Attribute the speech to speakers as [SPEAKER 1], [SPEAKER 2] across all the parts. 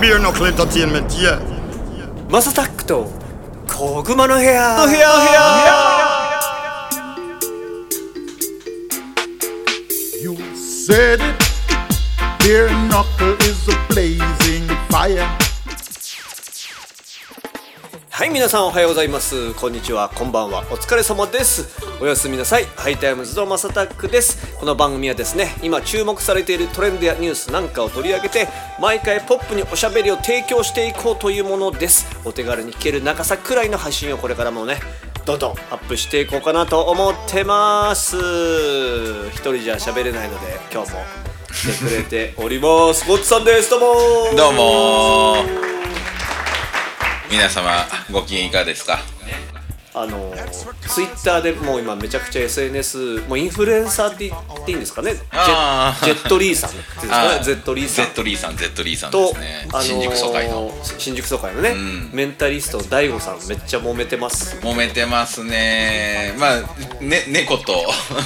[SPEAKER 1] Beer Knuckle Entertainment, yeah.
[SPEAKER 2] マサタックと小熊の部屋
[SPEAKER 3] 部屋部屋
[SPEAKER 4] You said it. Beer knuckle is a blazing fire.
[SPEAKER 2] はい皆さんおはようございますこんにちはこんばんはお疲れ様ですおやすみなさいハイタイムズのマサタックですこの番組はですね今注目されているトレンドやニュースなんかを取り上げて毎回ポップにおしゃべりを提供していこうというものですお手軽に聞ける長さくらいの配信をこれからもねどんどんアップしていこうかなと思ってます一人じゃ喋れないので今日も来てくれておりますゴッツさんですどうもー
[SPEAKER 5] どうもー皆様ご機嫌いかがですか
[SPEAKER 2] あのツイッターでもう今めちゃくちゃ SNS もうインフルエンサーって言っていいんですかねジ
[SPEAKER 5] あ
[SPEAKER 2] ェ
[SPEAKER 5] ー
[SPEAKER 2] ジェットリーさんっていうんですか
[SPEAKER 5] あ
[SPEAKER 2] ねジェットリーさん
[SPEAKER 5] Z リーさん Z リーさんで
[SPEAKER 2] と
[SPEAKER 5] すね、
[SPEAKER 2] あのー
[SPEAKER 5] 新宿総会の
[SPEAKER 2] 新宿総会のね、
[SPEAKER 5] ん
[SPEAKER 2] メンタリストの DAIGO さんめっちゃ揉めてます
[SPEAKER 5] 揉めてますねまあね猫と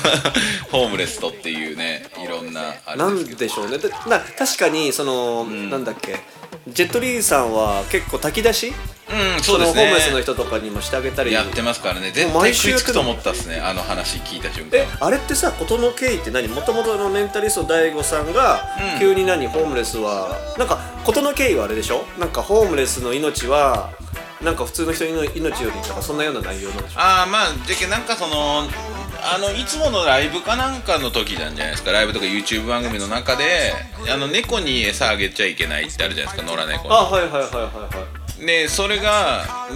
[SPEAKER 5] ホームレスとっていうねいろんなあれ
[SPEAKER 2] なんでしょうねでな確かにその、なんだっけジェットリーさんは結構炊き出し
[SPEAKER 5] うんそうです
[SPEAKER 2] のホームレ
[SPEAKER 5] ね
[SPEAKER 2] スの人とかにもしてあげたり
[SPEAKER 5] やってますからね絶
[SPEAKER 2] もう
[SPEAKER 5] 対
[SPEAKER 2] 毎
[SPEAKER 5] 食
[SPEAKER 2] 週
[SPEAKER 5] い
[SPEAKER 2] やっ
[SPEAKER 5] つ
[SPEAKER 2] てる
[SPEAKER 5] くと思ったっすねあの話聞いた瞬間
[SPEAKER 2] えあれってさ事の経緯って何もともとのメンタリスト DAIGO さんが
[SPEAKER 5] うん
[SPEAKER 2] 急に何ホームレスはなんか事の経緯はあれでしょなんかホームレスの命はなんか普通の人の命よりとかそんなような内容なんでしょ
[SPEAKER 5] ああまあじゃけなんかそのあのいつものライブかなんかの時なんじゃないですかライブとか YouTube 番組の中であの猫に餌あげちゃいけないってあるじゃないですか野良猫
[SPEAKER 2] あ
[SPEAKER 5] の
[SPEAKER 2] はいはいはいはいはい
[SPEAKER 5] でそれがん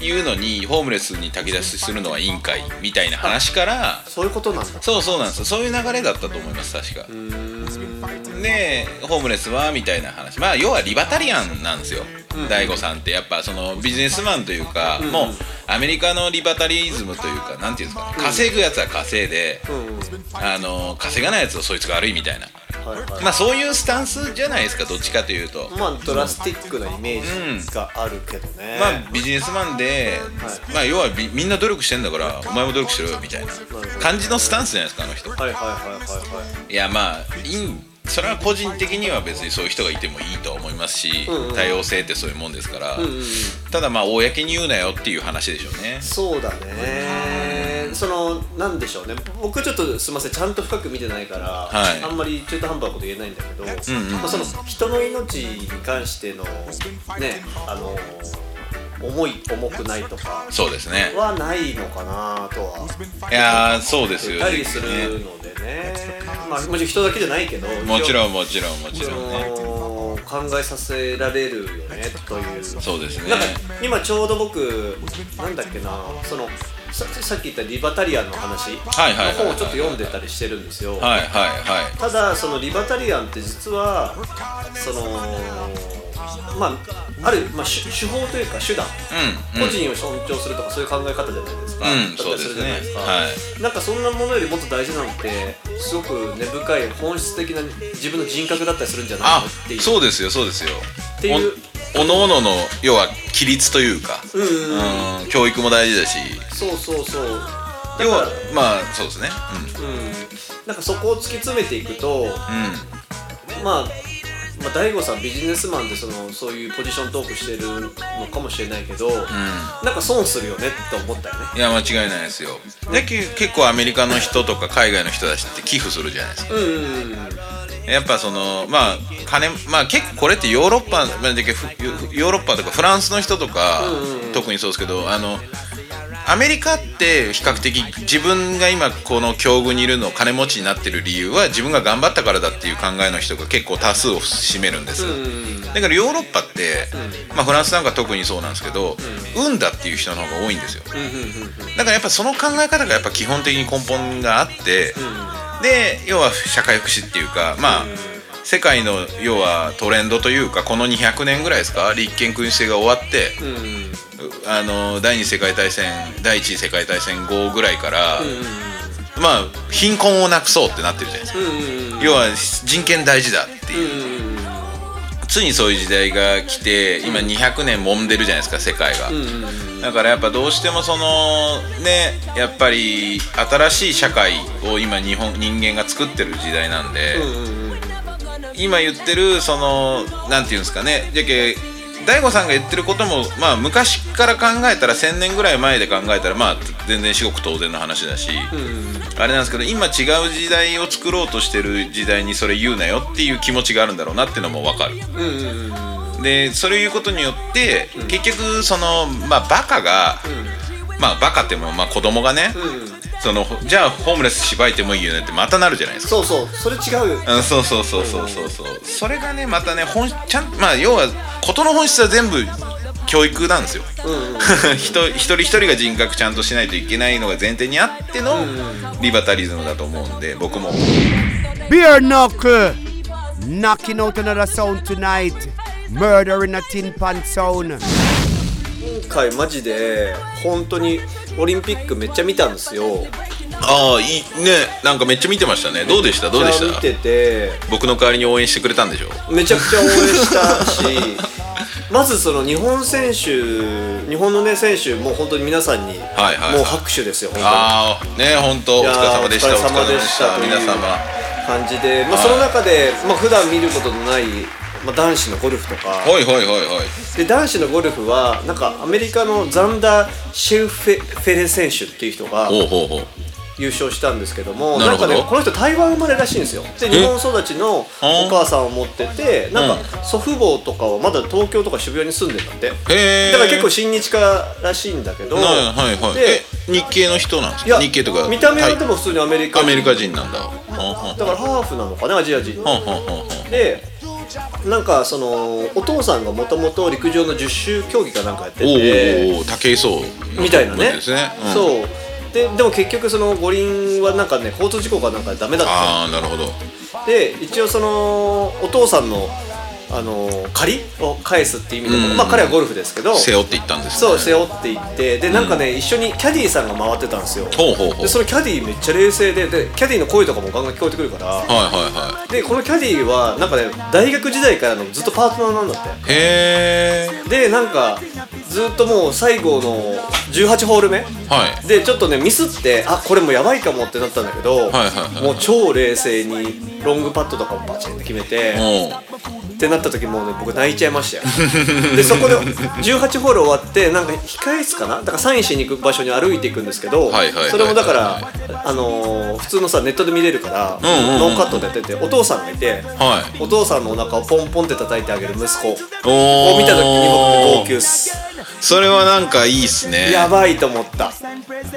[SPEAKER 5] 言うのにホームレスに炊き出しするのは委員会みたいな話から
[SPEAKER 2] そういうことなんだ
[SPEAKER 5] そうそうなんですよそういう流れだったと思います確かでホームレスはみたいな話まあ要はリバタリアンなんですよ DAIGO、さんってやっぱそのビジネスマンというか、もうアメリカのリバタリズムというかなんていうんですかね稼ぐやつは稼いで、
[SPEAKER 2] うん
[SPEAKER 5] あの稼がないやつはそいつが悪いみたいな
[SPEAKER 2] はいはい
[SPEAKER 5] まあそういうスタンスじゃないですかどっちかというと
[SPEAKER 2] まあドラスティックなイメージがあるけどね、
[SPEAKER 5] まあビジネスマンで、まあ要はビみんな努力してんだからお前も努力しろよみたいな感じのスタンスじゃないですかあの人
[SPEAKER 2] はいはいはいはいはい
[SPEAKER 5] いやまあいいんそれは個人的には別にそういう人がいてもいいとは思いますし、
[SPEAKER 2] んうん
[SPEAKER 5] 多様性ってそういうもんですから、
[SPEAKER 2] うんうん
[SPEAKER 5] ただまあ公に言うなよっていう話でしょうね
[SPEAKER 2] そうだねそのなんでしょうね僕ちょっとすみませんちゃんと深く見てないから、
[SPEAKER 5] はい
[SPEAKER 2] あんまり中途半端なこと言えないんだけど、
[SPEAKER 5] んうん
[SPEAKER 2] まあ、その人の命に関してのねあの重い重くないとか
[SPEAKER 5] そうですね
[SPEAKER 2] はないのかなとはい
[SPEAKER 5] やーそうです
[SPEAKER 2] 言
[SPEAKER 5] よ
[SPEAKER 2] ったりする
[SPEAKER 5] ね
[SPEAKER 2] のでねまあもちろん人だけじゃないけど
[SPEAKER 5] もち
[SPEAKER 2] ん
[SPEAKER 5] ろんもちろんもち
[SPEAKER 2] そ
[SPEAKER 5] ろんね
[SPEAKER 2] の考えさせられるよねという
[SPEAKER 5] そうですね
[SPEAKER 2] なんか今ちょうど僕なんだっけなそのささっき言ったリバタリアンの話の
[SPEAKER 5] いはいはい
[SPEAKER 2] 本をちょっと読んでたりしてるんですよ
[SPEAKER 5] はいはいはい
[SPEAKER 2] ただそのリバタリアンって実はそのまあある、まあ、手手法というか手段
[SPEAKER 5] うんう
[SPEAKER 2] 個
[SPEAKER 5] ん
[SPEAKER 2] 人を尊重するとかそういう考え方じゃないですか、
[SPEAKER 5] うん
[SPEAKER 2] だったりするじゃないですか、
[SPEAKER 5] そうで
[SPEAKER 2] なんかそんなものよりもっと大事なのってすごく根深い本質的な自分の人格だったりするんじゃない
[SPEAKER 5] あ
[SPEAKER 2] のっていう
[SPEAKER 5] そうですよそうですよ
[SPEAKER 2] ていう
[SPEAKER 5] おおのおのの要は規律というか、うん教育も大事だし
[SPEAKER 2] そうそうそうだ
[SPEAKER 5] 要
[SPEAKER 2] から
[SPEAKER 5] はまあそうですね
[SPEAKER 2] うん、なんかそこを突き詰めていくと、
[SPEAKER 5] うん、うん、
[SPEAKER 2] まあ、まあ、大悟さんビジネスマンでそのそういうポジショントークしてるのかもしれないけど、なんか損するよねって思ったよね。
[SPEAKER 5] いや間違いないですよだけど結構アメリカの人とか海外の人たちって寄付するじゃないですか
[SPEAKER 2] うんうんうんうん、
[SPEAKER 5] やっぱそのまあ金まあ結構これってヨーロッパまあだけどふヨーロッパとかフランスの人とか、特にそうですけどあのアメリカって比較的自分が今この境遇にいるのを金持ちになってる理由は自分が頑張ったからだっていう考えの人が結構多数を占めるんです、だからヨーロッパって、まあ、フランスなんか特にそうなんですけど、運だっていう人の方が多いんですよ、だからやっぱその考え方がやっぱ基本的に根本があって、で要は社会福祉っていうかまあ、世界の要はトレンドというかこの200年ぐらいですか立憲君主制が終わって、うあの第二次世界大戦第一次世界大戦後ぐらいから、まあ貧困をなくそうってなってるじゃないですか、要は人権大事だっていう、ついにそういう時代が来て今200年揉んでるじゃないですか世界が、だからやっぱどうしてもそのねやっぱり新しい社会を今日本人間が作ってる時代なんで、今言ってるそのなんていうんですかねじゃけ大悟さんが言ってることも、まあ、昔から考えたら1,000年ぐらい前で考えたら、まあ、全然至極当然の話だし、あれなんですけど今違う時代を作ろうとしてる時代にそれ言うなよっていう気持ちがあるんだろうなっていうのも分かる。でそれを言うことによって、結局その、まあ、バカが、まあバカっても、まあ、子供がね、そのほじゃあホームレスしばいてもいいよねってまたなるじゃないですか。
[SPEAKER 2] そうそうそれ違うよ
[SPEAKER 5] うん、そうそうそうそうそうそうそれがねまたね本ちゃんまあ要は事の本質は全部教育なんですよ、 人一人一人が人格ちゃんとしないといけないのが前提にあってのリバタリズムだと思うんで僕も
[SPEAKER 3] Beer knuckle. Knocking out another sound tonight. Murder in a tin pan sound.
[SPEAKER 2] 今回マジで本当にオリンピックめっちゃ見たんですよ
[SPEAKER 5] ああいいねなんかめっちゃ見てましたねどうでしたどうで
[SPEAKER 2] めっ
[SPEAKER 5] し
[SPEAKER 2] ちゃ
[SPEAKER 5] た
[SPEAKER 2] 見てて
[SPEAKER 5] 僕の代わりに応援してくれたんでしょ
[SPEAKER 2] めちゃくちゃ応援したしまずその日本選手日本のね選手もう本当に皆さんに、
[SPEAKER 5] はいはい
[SPEAKER 2] もう拍手ですよ本当に
[SPEAKER 5] ああね本当お疲
[SPEAKER 2] い
[SPEAKER 5] れ
[SPEAKER 2] やー
[SPEAKER 5] 様でした
[SPEAKER 2] お疲れ様でした
[SPEAKER 5] お疲れ様でした皆様
[SPEAKER 2] 感じで、まあ、その中で、まあ普段見ることのない、まあ、男子のゴルフとか
[SPEAKER 5] ほいほいほいほい
[SPEAKER 2] で男子のゴルフはなんかアメリカのザンダー・シェルフェフェレ選手っていう人が
[SPEAKER 5] ほうほうほう
[SPEAKER 2] 優勝したんですけども
[SPEAKER 5] な
[SPEAKER 2] な
[SPEAKER 5] る
[SPEAKER 2] ん
[SPEAKER 5] ほ
[SPEAKER 2] か
[SPEAKER 5] ど
[SPEAKER 2] ねこの人台湾生まれらしいんですよで日本育ちのお母さんを持っててなんか祖父母とかはまだ東京とか渋谷に住んでたんで
[SPEAKER 5] へえ
[SPEAKER 2] だから結構親日家らしいんだけど
[SPEAKER 5] はいはいはい
[SPEAKER 2] で
[SPEAKER 5] え日系の人なんです
[SPEAKER 2] いや
[SPEAKER 5] か日系とか
[SPEAKER 2] 見た目は
[SPEAKER 5] タイ
[SPEAKER 2] でも普通にアメリカ
[SPEAKER 5] アメリカ人なんだほんほん
[SPEAKER 2] だからハーフなのかなアジア人
[SPEAKER 5] ほんほんほんほん
[SPEAKER 2] でなんかそのお父さんがもともと陸上の十種競技かなんかやって
[SPEAKER 5] おー
[SPEAKER 2] て
[SPEAKER 5] おー武井壮
[SPEAKER 2] みたいなね
[SPEAKER 5] ですねうん
[SPEAKER 2] そうででも結局その五輪はなんかね交通事故かなんかでダメだった
[SPEAKER 5] ああなるほど
[SPEAKER 2] で一応そのお父さんのあの借りを返すっていう意味でも、
[SPEAKER 5] うん
[SPEAKER 2] まあ彼はゴルフですけど
[SPEAKER 5] 背負っていったんですね
[SPEAKER 2] そう背負っていってでなんかね、一緒にキャディーさんが回ってたんですよ
[SPEAKER 5] ほうほうほう
[SPEAKER 2] でそのキャディーめっちゃ冷静ででキャディーの声とかもガンガン聞こえてくるから、
[SPEAKER 5] はいはいは
[SPEAKER 2] でこのキャディーはなんかね大学時代からのずっとパートナーなんだって
[SPEAKER 5] いへえ
[SPEAKER 2] でなんかずっともう最後の18ホール目
[SPEAKER 5] はい
[SPEAKER 2] でちょっとねミスってあこれもうやばいかもってなったんだけど、
[SPEAKER 5] はいはいはい
[SPEAKER 2] もう超冷静にロングパットとかもバチンって決めて、
[SPEAKER 5] おう
[SPEAKER 2] ってなった時もうね僕泣いちゃいましたよ でそこで18ホール終わってなんか控室かなだからサインしに行く場所に歩いていくんですけど、
[SPEAKER 5] はいはいはいはい
[SPEAKER 2] それもだから、あのー普通のさネットで見れるから、
[SPEAKER 5] んうんうん
[SPEAKER 2] ノーカットでやっててお父さんがいて、
[SPEAKER 5] はい
[SPEAKER 2] お父さんのお腹をポンポンって叩いてあげる息子
[SPEAKER 5] お
[SPEAKER 2] を
[SPEAKER 5] お
[SPEAKER 2] 見た時に僕号泣っす
[SPEAKER 5] それはなんかいいっすね
[SPEAKER 2] やばいと思った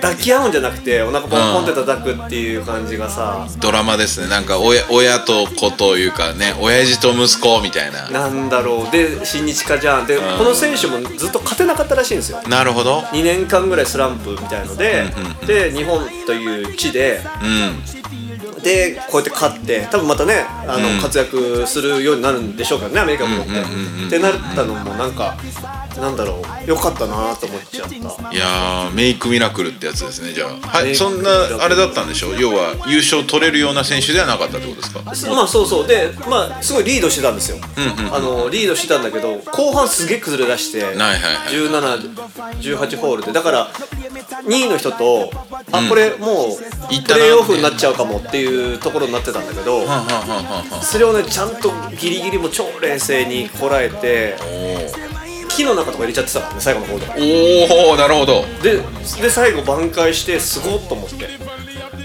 [SPEAKER 2] 抱き合うんじゃなくてお腹ポンポンって叩くっていう感じがさ、
[SPEAKER 5] ドラマですねなんか親親と子というかね親父と息子みたいな
[SPEAKER 2] なんだろうで親日家じゃんで、この選手もずっと勝てなかったらしいんですよ
[SPEAKER 5] なるほど
[SPEAKER 2] 2年間ぐらいスランプみたいので、で日本という地で
[SPEAKER 5] うん
[SPEAKER 2] でこうやって勝って多分またねあの、
[SPEAKER 5] うん
[SPEAKER 2] 活躍するようになるんでしょうからねアメリカもって、
[SPEAKER 5] うんうんうんうん
[SPEAKER 2] ってなったのもなんかなんだろうよかったなと思っちゃった
[SPEAKER 5] いやーメイクミラクルってやつですねじゃあは
[SPEAKER 2] メイ
[SPEAKER 5] い
[SPEAKER 2] ク
[SPEAKER 5] そんなあれだったんでしょ要は優勝取れるような選手ではなかったってことですか
[SPEAKER 2] まあそうそうでまあすごいリードしてたんですよ、
[SPEAKER 5] んうん
[SPEAKER 2] あのリードしてたんだけど後半すげえ崩れ出して、
[SPEAKER 5] はいはい
[SPEAKER 2] 1718ホールでだから2位の人とあ、これも
[SPEAKER 5] いっ
[SPEAKER 2] うプ
[SPEAKER 5] たな
[SPEAKER 2] レーオフになっちゃうかもっていうところになってたんだけど、
[SPEAKER 5] はんはんはんはんはん
[SPEAKER 2] それをねちゃんとギリギリも超冷静にこらえて木の中とか入れちゃってたからね最後の方とか
[SPEAKER 5] おーおーなるほど
[SPEAKER 2] でで最後挽回してすごっと思って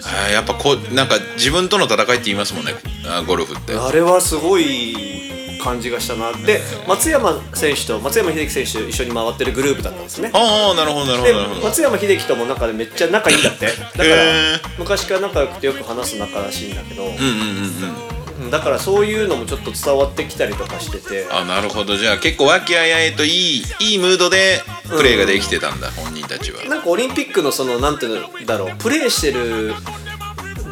[SPEAKER 5] あーやっぱこうなんか自分との戦いって言いますもんねあーゴルフって
[SPEAKER 2] あれはすごい感じがしたなで松山選手と松山英樹選手一緒に回ってるグループだったんですね
[SPEAKER 5] ああなるほどなるほ
[SPEAKER 2] で
[SPEAKER 5] どなるほど
[SPEAKER 2] 松山英樹ともなんかねめっちゃ仲いいんだってだから
[SPEAKER 5] へー
[SPEAKER 2] 昔から仲良くてよく話す仲らしいんだけど、
[SPEAKER 5] うんうんうんうん
[SPEAKER 2] うんだからそういうのもちょっと伝わってきたりとかしてて
[SPEAKER 5] あなるほどじゃあ結構和気あいあいといいいいムードでプレーができてたんだ、本人たちは
[SPEAKER 2] なんかオリンピックのそのなんていうんだろうプレーしてる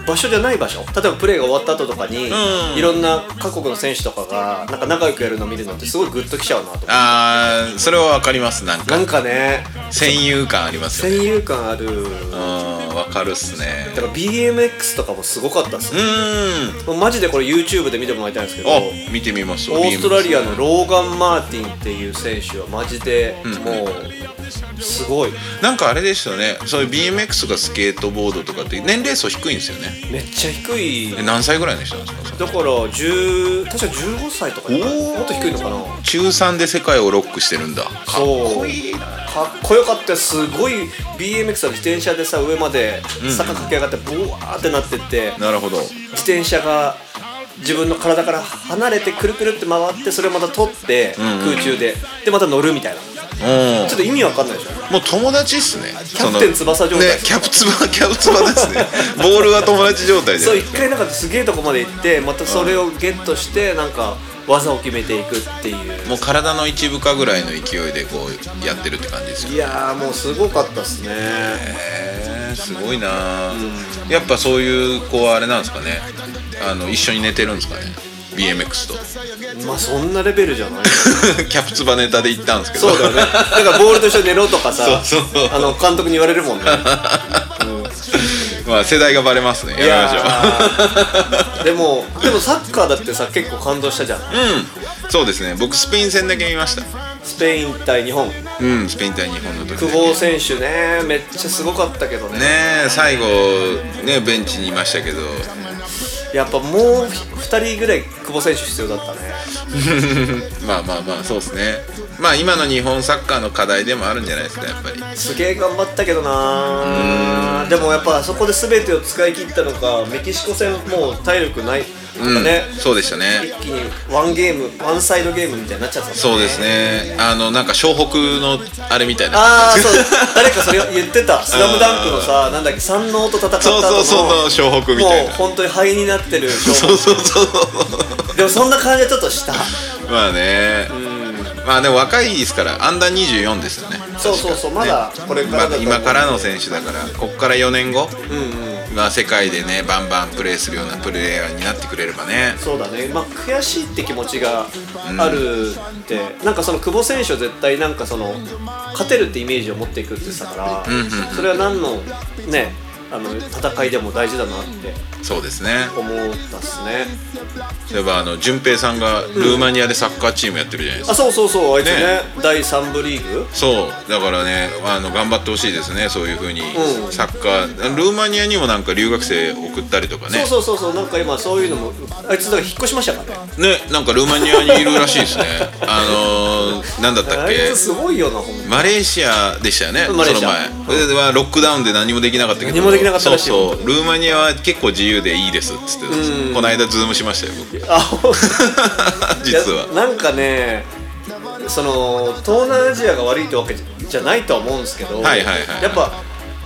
[SPEAKER 2] 場所じゃない場所例えばプレーが終わった後とかに、
[SPEAKER 5] うん
[SPEAKER 2] いろんな各国の選手とかがなんか仲良くやるの見るのってすごいグッときちゃうなと思
[SPEAKER 5] あーそれはわかりますなん
[SPEAKER 2] うな
[SPEAKER 5] か
[SPEAKER 2] んかね
[SPEAKER 5] 戦友感ありますよね
[SPEAKER 2] 戦友感ある
[SPEAKER 5] うんわかるっすね
[SPEAKER 2] だから BMX とかもすごかったっす
[SPEAKER 5] うーん
[SPEAKER 2] もうマジでこれ YouTube で見てもらいたいんですけど
[SPEAKER 5] あ見てみましょう
[SPEAKER 2] オーストラリアのローガン・マーティンっていう選手はマジでもうすごい
[SPEAKER 5] なんかあれですよねそういう BMX とかスケートボードとかって年齢層低いんですよね
[SPEAKER 2] めっちゃ低い
[SPEAKER 5] え何歳ぐらいの人なんですか
[SPEAKER 2] だから10確か15歳とかじゃないもっと低いのかな
[SPEAKER 5] 中3で世界をロックしてるんだかっこいいな
[SPEAKER 2] かっこよかったよすごい BMX は自転車でさ上まで坂駆け上がってブワーってなってって
[SPEAKER 5] なるほど
[SPEAKER 2] 自転車が自分の体から離れてくるくるって回ってそれをまた取って
[SPEAKER 5] ん
[SPEAKER 2] 空中ででまた乗るみたいな
[SPEAKER 5] うん
[SPEAKER 2] ちょっと意味わかんないでしょ
[SPEAKER 5] もう友達っすね
[SPEAKER 2] キャプテン翼状態
[SPEAKER 5] ねキャプツバ キャプツバですねボールは友達状態で
[SPEAKER 2] そう一回なんかすげえとこまで行ってまたそれをゲットしてなんか技を決めていくっていう
[SPEAKER 5] もう体の一部かぐらいの勢いでこうやってるって感じですよ
[SPEAKER 2] いやーもうすごかったっすね
[SPEAKER 5] へえすごいな、やっぱそういう子はあれなんですかねあの一緒に寝てるんですかね BMX と
[SPEAKER 2] まあそんなレベルじゃない
[SPEAKER 5] キャプツバネタで行ったんですけど
[SPEAKER 2] そうだよねだからボールと一緒に寝ろとかさ
[SPEAKER 5] そうそう
[SPEAKER 2] あの監督に言われるもんね
[SPEAKER 5] まあ世代がバレますねや
[SPEAKER 2] い
[SPEAKER 5] めましょう
[SPEAKER 2] ーでもでもサッカーだってさ結構感動したじゃん
[SPEAKER 5] うんそうですね僕スペイン戦だけ見ました
[SPEAKER 2] スペイン対日本
[SPEAKER 5] うんスペイン対日本の時だけ
[SPEAKER 2] 久保選手ねめっちゃすごかったけどね
[SPEAKER 5] ねえ最後ねベンチにいましたけど
[SPEAKER 2] やっぱもう2人ぐらい久保選手必要だったね
[SPEAKER 5] まあまあまあそうですねまあ今の日本サッカーの課題でもあるんじゃないですかやっぱり
[SPEAKER 2] すげえ頑張ったけどなでもやっぱあそこで全てを使い切ったのかメキシコ戦もう体力ないなんかね
[SPEAKER 5] うん、そうでしたね
[SPEAKER 2] 一気にワンゲームワンサイドゲームみたいになっちゃったもんね
[SPEAKER 5] そうですねあのなんか湘北のあれみたいな
[SPEAKER 2] ああ そう誰かそれ言ってた「スラムダンクのさなんだっけ山王と戦った後
[SPEAKER 5] そう
[SPEAKER 2] の
[SPEAKER 5] そうそう湘北みたい
[SPEAKER 2] もう
[SPEAKER 5] な
[SPEAKER 2] 本当に灰になってる
[SPEAKER 5] そうそうそうそう
[SPEAKER 2] でもそんな感じはちょっとした
[SPEAKER 5] まあねまあでも若いですからアンダー24ですよね
[SPEAKER 2] そうそうそうまだこれからだ
[SPEAKER 5] ま
[SPEAKER 2] と
[SPEAKER 5] だ
[SPEAKER 2] 思う
[SPEAKER 5] 今からの選手だからこっから4年後、まあ世界でねバンバンプレーするようなプレイヤーになってくれればね
[SPEAKER 2] そうだね、まあ、悔しいって気持ちがあるって、なんかその久保選手は絶対なんかその勝てるってイメージを持っていくって言ってたから、
[SPEAKER 5] んうんうん
[SPEAKER 2] それは何のねあの戦いでも大事だなって
[SPEAKER 5] そうですね
[SPEAKER 2] 思ったっすね
[SPEAKER 5] 例えばあの順平さんがルーマニアでサッカーチームやってるじゃないですか、
[SPEAKER 2] あそうそうそうあいつね
[SPEAKER 5] ね
[SPEAKER 2] 第3部リーグ
[SPEAKER 5] そうだからねあの頑張ってほしいですねそういうふうに、
[SPEAKER 2] うん
[SPEAKER 5] サッカールーマニアにもなんか留学生送ったりとかね
[SPEAKER 2] そうそうそうそうなんか今そういうのもあいつだから引っ越しましたからね
[SPEAKER 5] ねなんかルーマニアにいるらしい ですねあのー、なんだったっ
[SPEAKER 2] あい
[SPEAKER 5] け
[SPEAKER 2] つすごいよなほんま
[SPEAKER 5] マレーシアでしたよねそ
[SPEAKER 2] マレー
[SPEAKER 5] の
[SPEAKER 2] シア
[SPEAKER 5] 前、でまあロックダウンで何もできなかったけど
[SPEAKER 2] 何もできなかったらしい
[SPEAKER 5] そうそうルーマニアは結構自由でいいですっつってたんですよこの間ズームしましたよ僕
[SPEAKER 2] あほん
[SPEAKER 5] 実はい
[SPEAKER 2] やなんかねその東南アジアが悪いってわけじゃないとは思うんですけど、
[SPEAKER 5] はいはいはい
[SPEAKER 2] やっぱ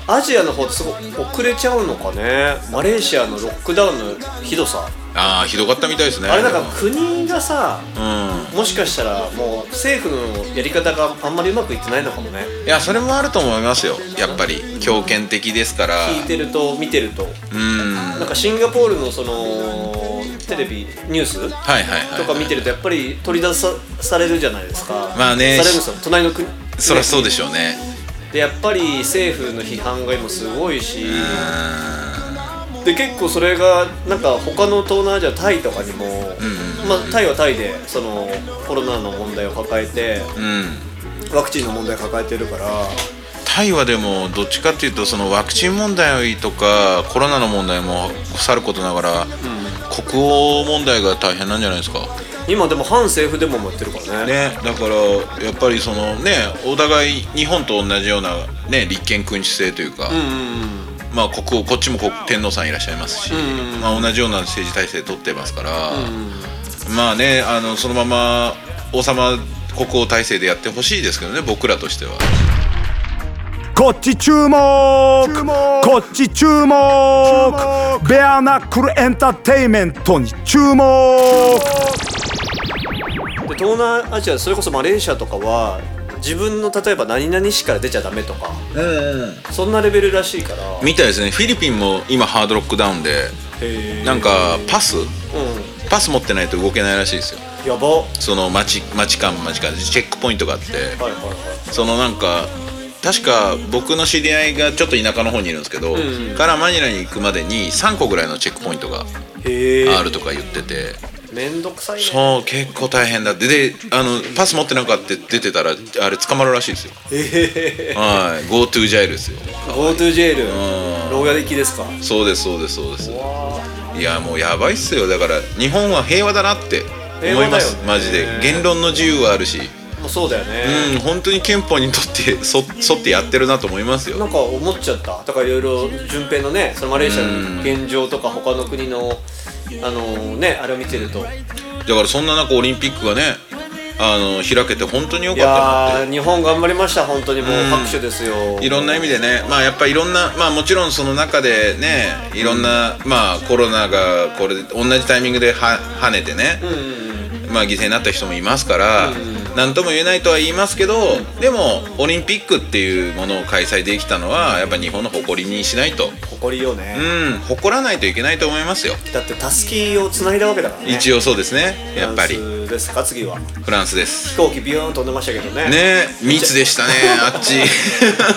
[SPEAKER 2] アジアの方ってすごい遅れちゃうのかねマレーシアのロックダウンのひどさ
[SPEAKER 5] ああひどかったみたいですね
[SPEAKER 2] あれなんか国がさ
[SPEAKER 5] うん
[SPEAKER 2] もしかしたらもう政府のやり方があんまりうまくいってないのかもね
[SPEAKER 5] いやそれもあると思いますよやっぱり強権的ですから
[SPEAKER 2] 聞いてると見てると
[SPEAKER 5] うん
[SPEAKER 2] なんかシンガポールのそのテレビニュース
[SPEAKER 5] はいはいはい、はい、
[SPEAKER 2] とか見てるとやっぱり取り出さされるじゃないですか
[SPEAKER 5] まあね
[SPEAKER 2] されるんですよ隣の国
[SPEAKER 5] そりゃそうでしょうね
[SPEAKER 2] でやっぱり政府の批判が今すごいしで結構それがなんか他の東南アジアタイとかにも、まあ、タイはタイでそのコロナの問題を抱えて
[SPEAKER 5] うん
[SPEAKER 2] ワクチンの問題を抱えてるから
[SPEAKER 5] タイはでもどっちかっていうとそのワクチン問題とかコロナの問題もさることながら、国王問題が大変なんじゃないですか
[SPEAKER 2] 今でも反政府デモもやってるからね
[SPEAKER 5] ねだからやっぱりそのねお互い日本と同じようなね立憲君主制というか、
[SPEAKER 2] うんうんうん
[SPEAKER 5] まあ国王こっちも国天皇さんいらっしゃいますし、
[SPEAKER 2] ん
[SPEAKER 5] まあ、同じような政治体制取ってますから、まあねあのそのまま王様国王体制でやってほしいですけどね僕らとしては。
[SPEAKER 6] こっち注目こっち注目ベアナックルエンターテイメントに注目
[SPEAKER 2] で東南アジアそれこそマレーシアとかは自分の例えば何々市から出ちゃダメとか、そんなレベルらしいからへ
[SPEAKER 5] みたいですねフィリピンも今ハードロックダウンで
[SPEAKER 2] え
[SPEAKER 5] なんかパス
[SPEAKER 2] う
[SPEAKER 5] パス持ってないと動けないらしいですよ
[SPEAKER 2] んやばはい
[SPEAKER 5] その待ち待ち間待ち間チェックポイントがあって
[SPEAKER 2] はいはい
[SPEAKER 5] そのなんか確か僕の知り合いがちょっと田舎の方にいるんですけど、からマニラに行くまでに3個ぐらいのチェックポイントが
[SPEAKER 2] へえ
[SPEAKER 5] あるとか言ってて、
[SPEAKER 2] めんどくさいね
[SPEAKER 5] そう結構大変だってであのパス持ってなかったって出てたらあれ捕まるらしいですよはい GoTo ジャイルですよ
[SPEAKER 2] GoTo ジェイル牢屋行きですか
[SPEAKER 5] そうですそうですそうですいやもうやばいっすよだから日本は平和だなって思います、
[SPEAKER 2] 平和だよね
[SPEAKER 5] マジで言論の自由はあるし
[SPEAKER 2] もうそうだよね、
[SPEAKER 5] うん本当に憲法にとってそ沿ってやってるなと思いますよ
[SPEAKER 2] なんか思っちゃっただからいろいろ順平のねそのマレーシアの現状とか他の国のあのねあれを見てると
[SPEAKER 5] だからそんな中オリンピックがねあの開けて本当に良
[SPEAKER 2] い
[SPEAKER 5] かったなって
[SPEAKER 2] やー日本頑張りました本当にもう
[SPEAKER 5] うん
[SPEAKER 2] 拍手ですよ
[SPEAKER 5] いろんな意味でね、まあ、やっぱりいろんな、まあ、もちろんその中でね、いろんな、まあ、コロナがこれ同じタイミングでは跳ねてね、まあ、犠牲になった人もいますから、なんとも言えないとは言いますけど、でも、オリンピックっていうものを開催できたのは、やっぱ日本の誇りにしないと、
[SPEAKER 2] 誇りよね
[SPEAKER 5] う、ん、誇らないといけないと思いますよ、
[SPEAKER 2] だってたすきをつないだわけだからね
[SPEAKER 5] 一応そうですね、やっぱり
[SPEAKER 2] フ、ランスですか次は
[SPEAKER 5] フランスです。
[SPEAKER 2] 飛行機ビューン飛んでましたけどね
[SPEAKER 5] ね密でしたね、あっち。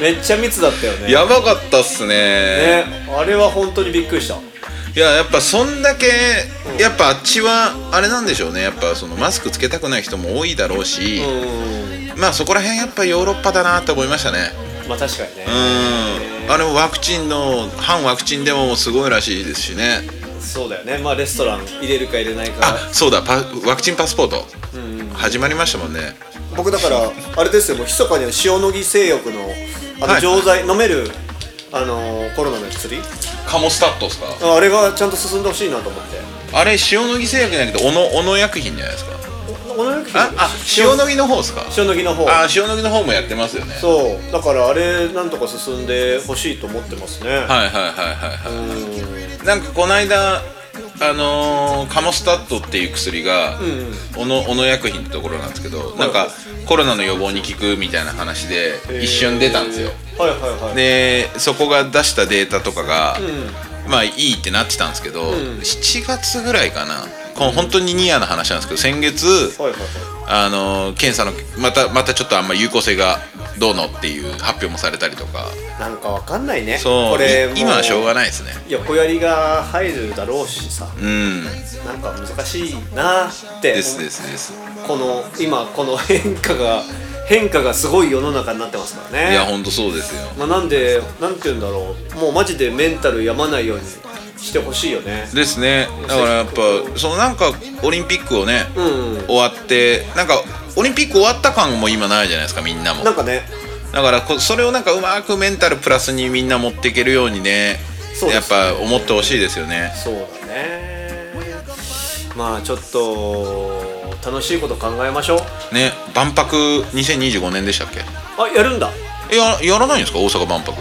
[SPEAKER 2] めっちゃ密だったよね
[SPEAKER 5] やばかったっす
[SPEAKER 2] ねあれは本当にびっくりした
[SPEAKER 5] いややっぱそんだけやっぱあっちはあれなんでしょうねやっぱそのマスクつけたくない人も多いだろうし、
[SPEAKER 2] うん
[SPEAKER 5] まあそこら辺やっぱヨーロッパだなって思いましたね
[SPEAKER 2] まあ確かにね
[SPEAKER 5] うん、あれもワクチンの反ワクチンでもすごいらしいですしね
[SPEAKER 2] そうだよねまあレストラン入れるか入れないか
[SPEAKER 5] あそうだパワクチンパスポート、始まりましたもんね
[SPEAKER 2] 僕だからあれですよもう密かに塩野義製薬のあ
[SPEAKER 5] は
[SPEAKER 2] の
[SPEAKER 5] い
[SPEAKER 2] 錠剤、飲めるあのコロナの薬
[SPEAKER 5] カモスタットですか
[SPEAKER 2] ああれがちゃんと進んでほしいなと思って
[SPEAKER 5] あれ塩野義製薬じゃなくて小野小野薬品じゃないですか
[SPEAKER 2] おお薬
[SPEAKER 5] ああ塩野義の方ですか
[SPEAKER 2] 塩野義の方
[SPEAKER 5] あ塩野義の方もやってますよね
[SPEAKER 2] そうだからあれなんとか進んでほしいと思ってますね、
[SPEAKER 5] はいはいはいはいはいなんかこの間あのーカモスタットっていう薬が小野、小野薬品ってところなんですけど、なんかコロナの予防に効くみたいな話で一瞬出たんですよ、
[SPEAKER 2] はいはいはい
[SPEAKER 5] でそこが出したデータとかが、まあいいってなってたんですけど、7月ぐらいかなこの本当にニアな話なんですけど先月、
[SPEAKER 2] はいはいはい
[SPEAKER 5] あのー検査のまたまたちょっとあんま有効性がどうのっていう発表もされたりとか
[SPEAKER 2] なんかわかんないね
[SPEAKER 5] そう
[SPEAKER 2] これも
[SPEAKER 5] い今はしょうがないですね
[SPEAKER 2] 横やりが入るだろうしさ
[SPEAKER 5] うん
[SPEAKER 2] なんか難しいなって
[SPEAKER 5] ですですです
[SPEAKER 2] この今この変化が変化がすごい世の中になってますからね
[SPEAKER 5] いやほんとそうですよ
[SPEAKER 2] まあ、なんでなんて言うんだろうもうマジでメンタル病まないようにしてほしいよね
[SPEAKER 5] ですねだからやっぱそのなんかオリンピックをね、
[SPEAKER 2] うんうん
[SPEAKER 5] 終わってなんかオリンピック終わった感も今ないじゃないですかみんなも
[SPEAKER 2] なんかね
[SPEAKER 5] だからこそれをなんかうまくメンタルプラスにみんな持っていけるようにね
[SPEAKER 2] そう
[SPEAKER 5] や
[SPEAKER 2] で
[SPEAKER 5] っ
[SPEAKER 2] すね
[SPEAKER 5] ぱ思ってほしいですよね
[SPEAKER 2] そうだねまあちょっと楽しいこと考えましょう
[SPEAKER 5] ね万博2025年でしたっけ
[SPEAKER 2] あやるんだ
[SPEAKER 5] えややらないんですか大阪万博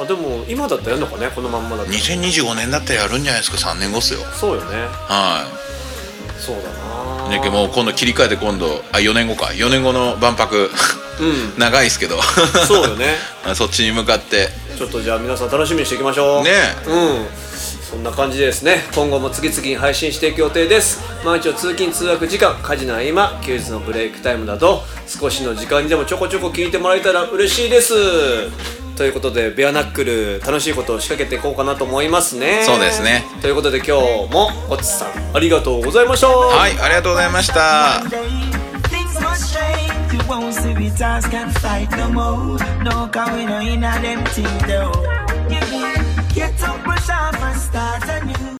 [SPEAKER 2] あでも今だったらやるのかねこのまんまだと
[SPEAKER 5] 2025年だったらやるんじゃないですか3年後っすよ
[SPEAKER 2] そうよね
[SPEAKER 5] は
[SPEAKER 2] そうだ
[SPEAKER 5] い
[SPEAKER 2] な
[SPEAKER 5] だけどもう今度切り替えて今度あ4年後か4年後の万博
[SPEAKER 2] うん
[SPEAKER 5] 長いですけど
[SPEAKER 2] そうよね
[SPEAKER 5] あそっちに向かって
[SPEAKER 2] ちょっとじゃあ皆さん楽しみにしていきましょう
[SPEAKER 5] ね
[SPEAKER 2] うんそんな感じでですね今後も次々に配信していく予定です毎日の通勤通学時間家事の合間休日のブレイクタイムなど少しの時間にでもちょこちょこ聞いてもらえたら嬉しいですということでベアナックル楽しいことを仕掛けていこうかなと思いますね
[SPEAKER 5] そうですね
[SPEAKER 2] ということで今日もおつさんありがとうございましたは
[SPEAKER 5] はいありがとうございました
[SPEAKER 7] Things are strange. You won't see we toss can't fight no more. No, cause we no in a them thing though. Get up, brush off and start anew.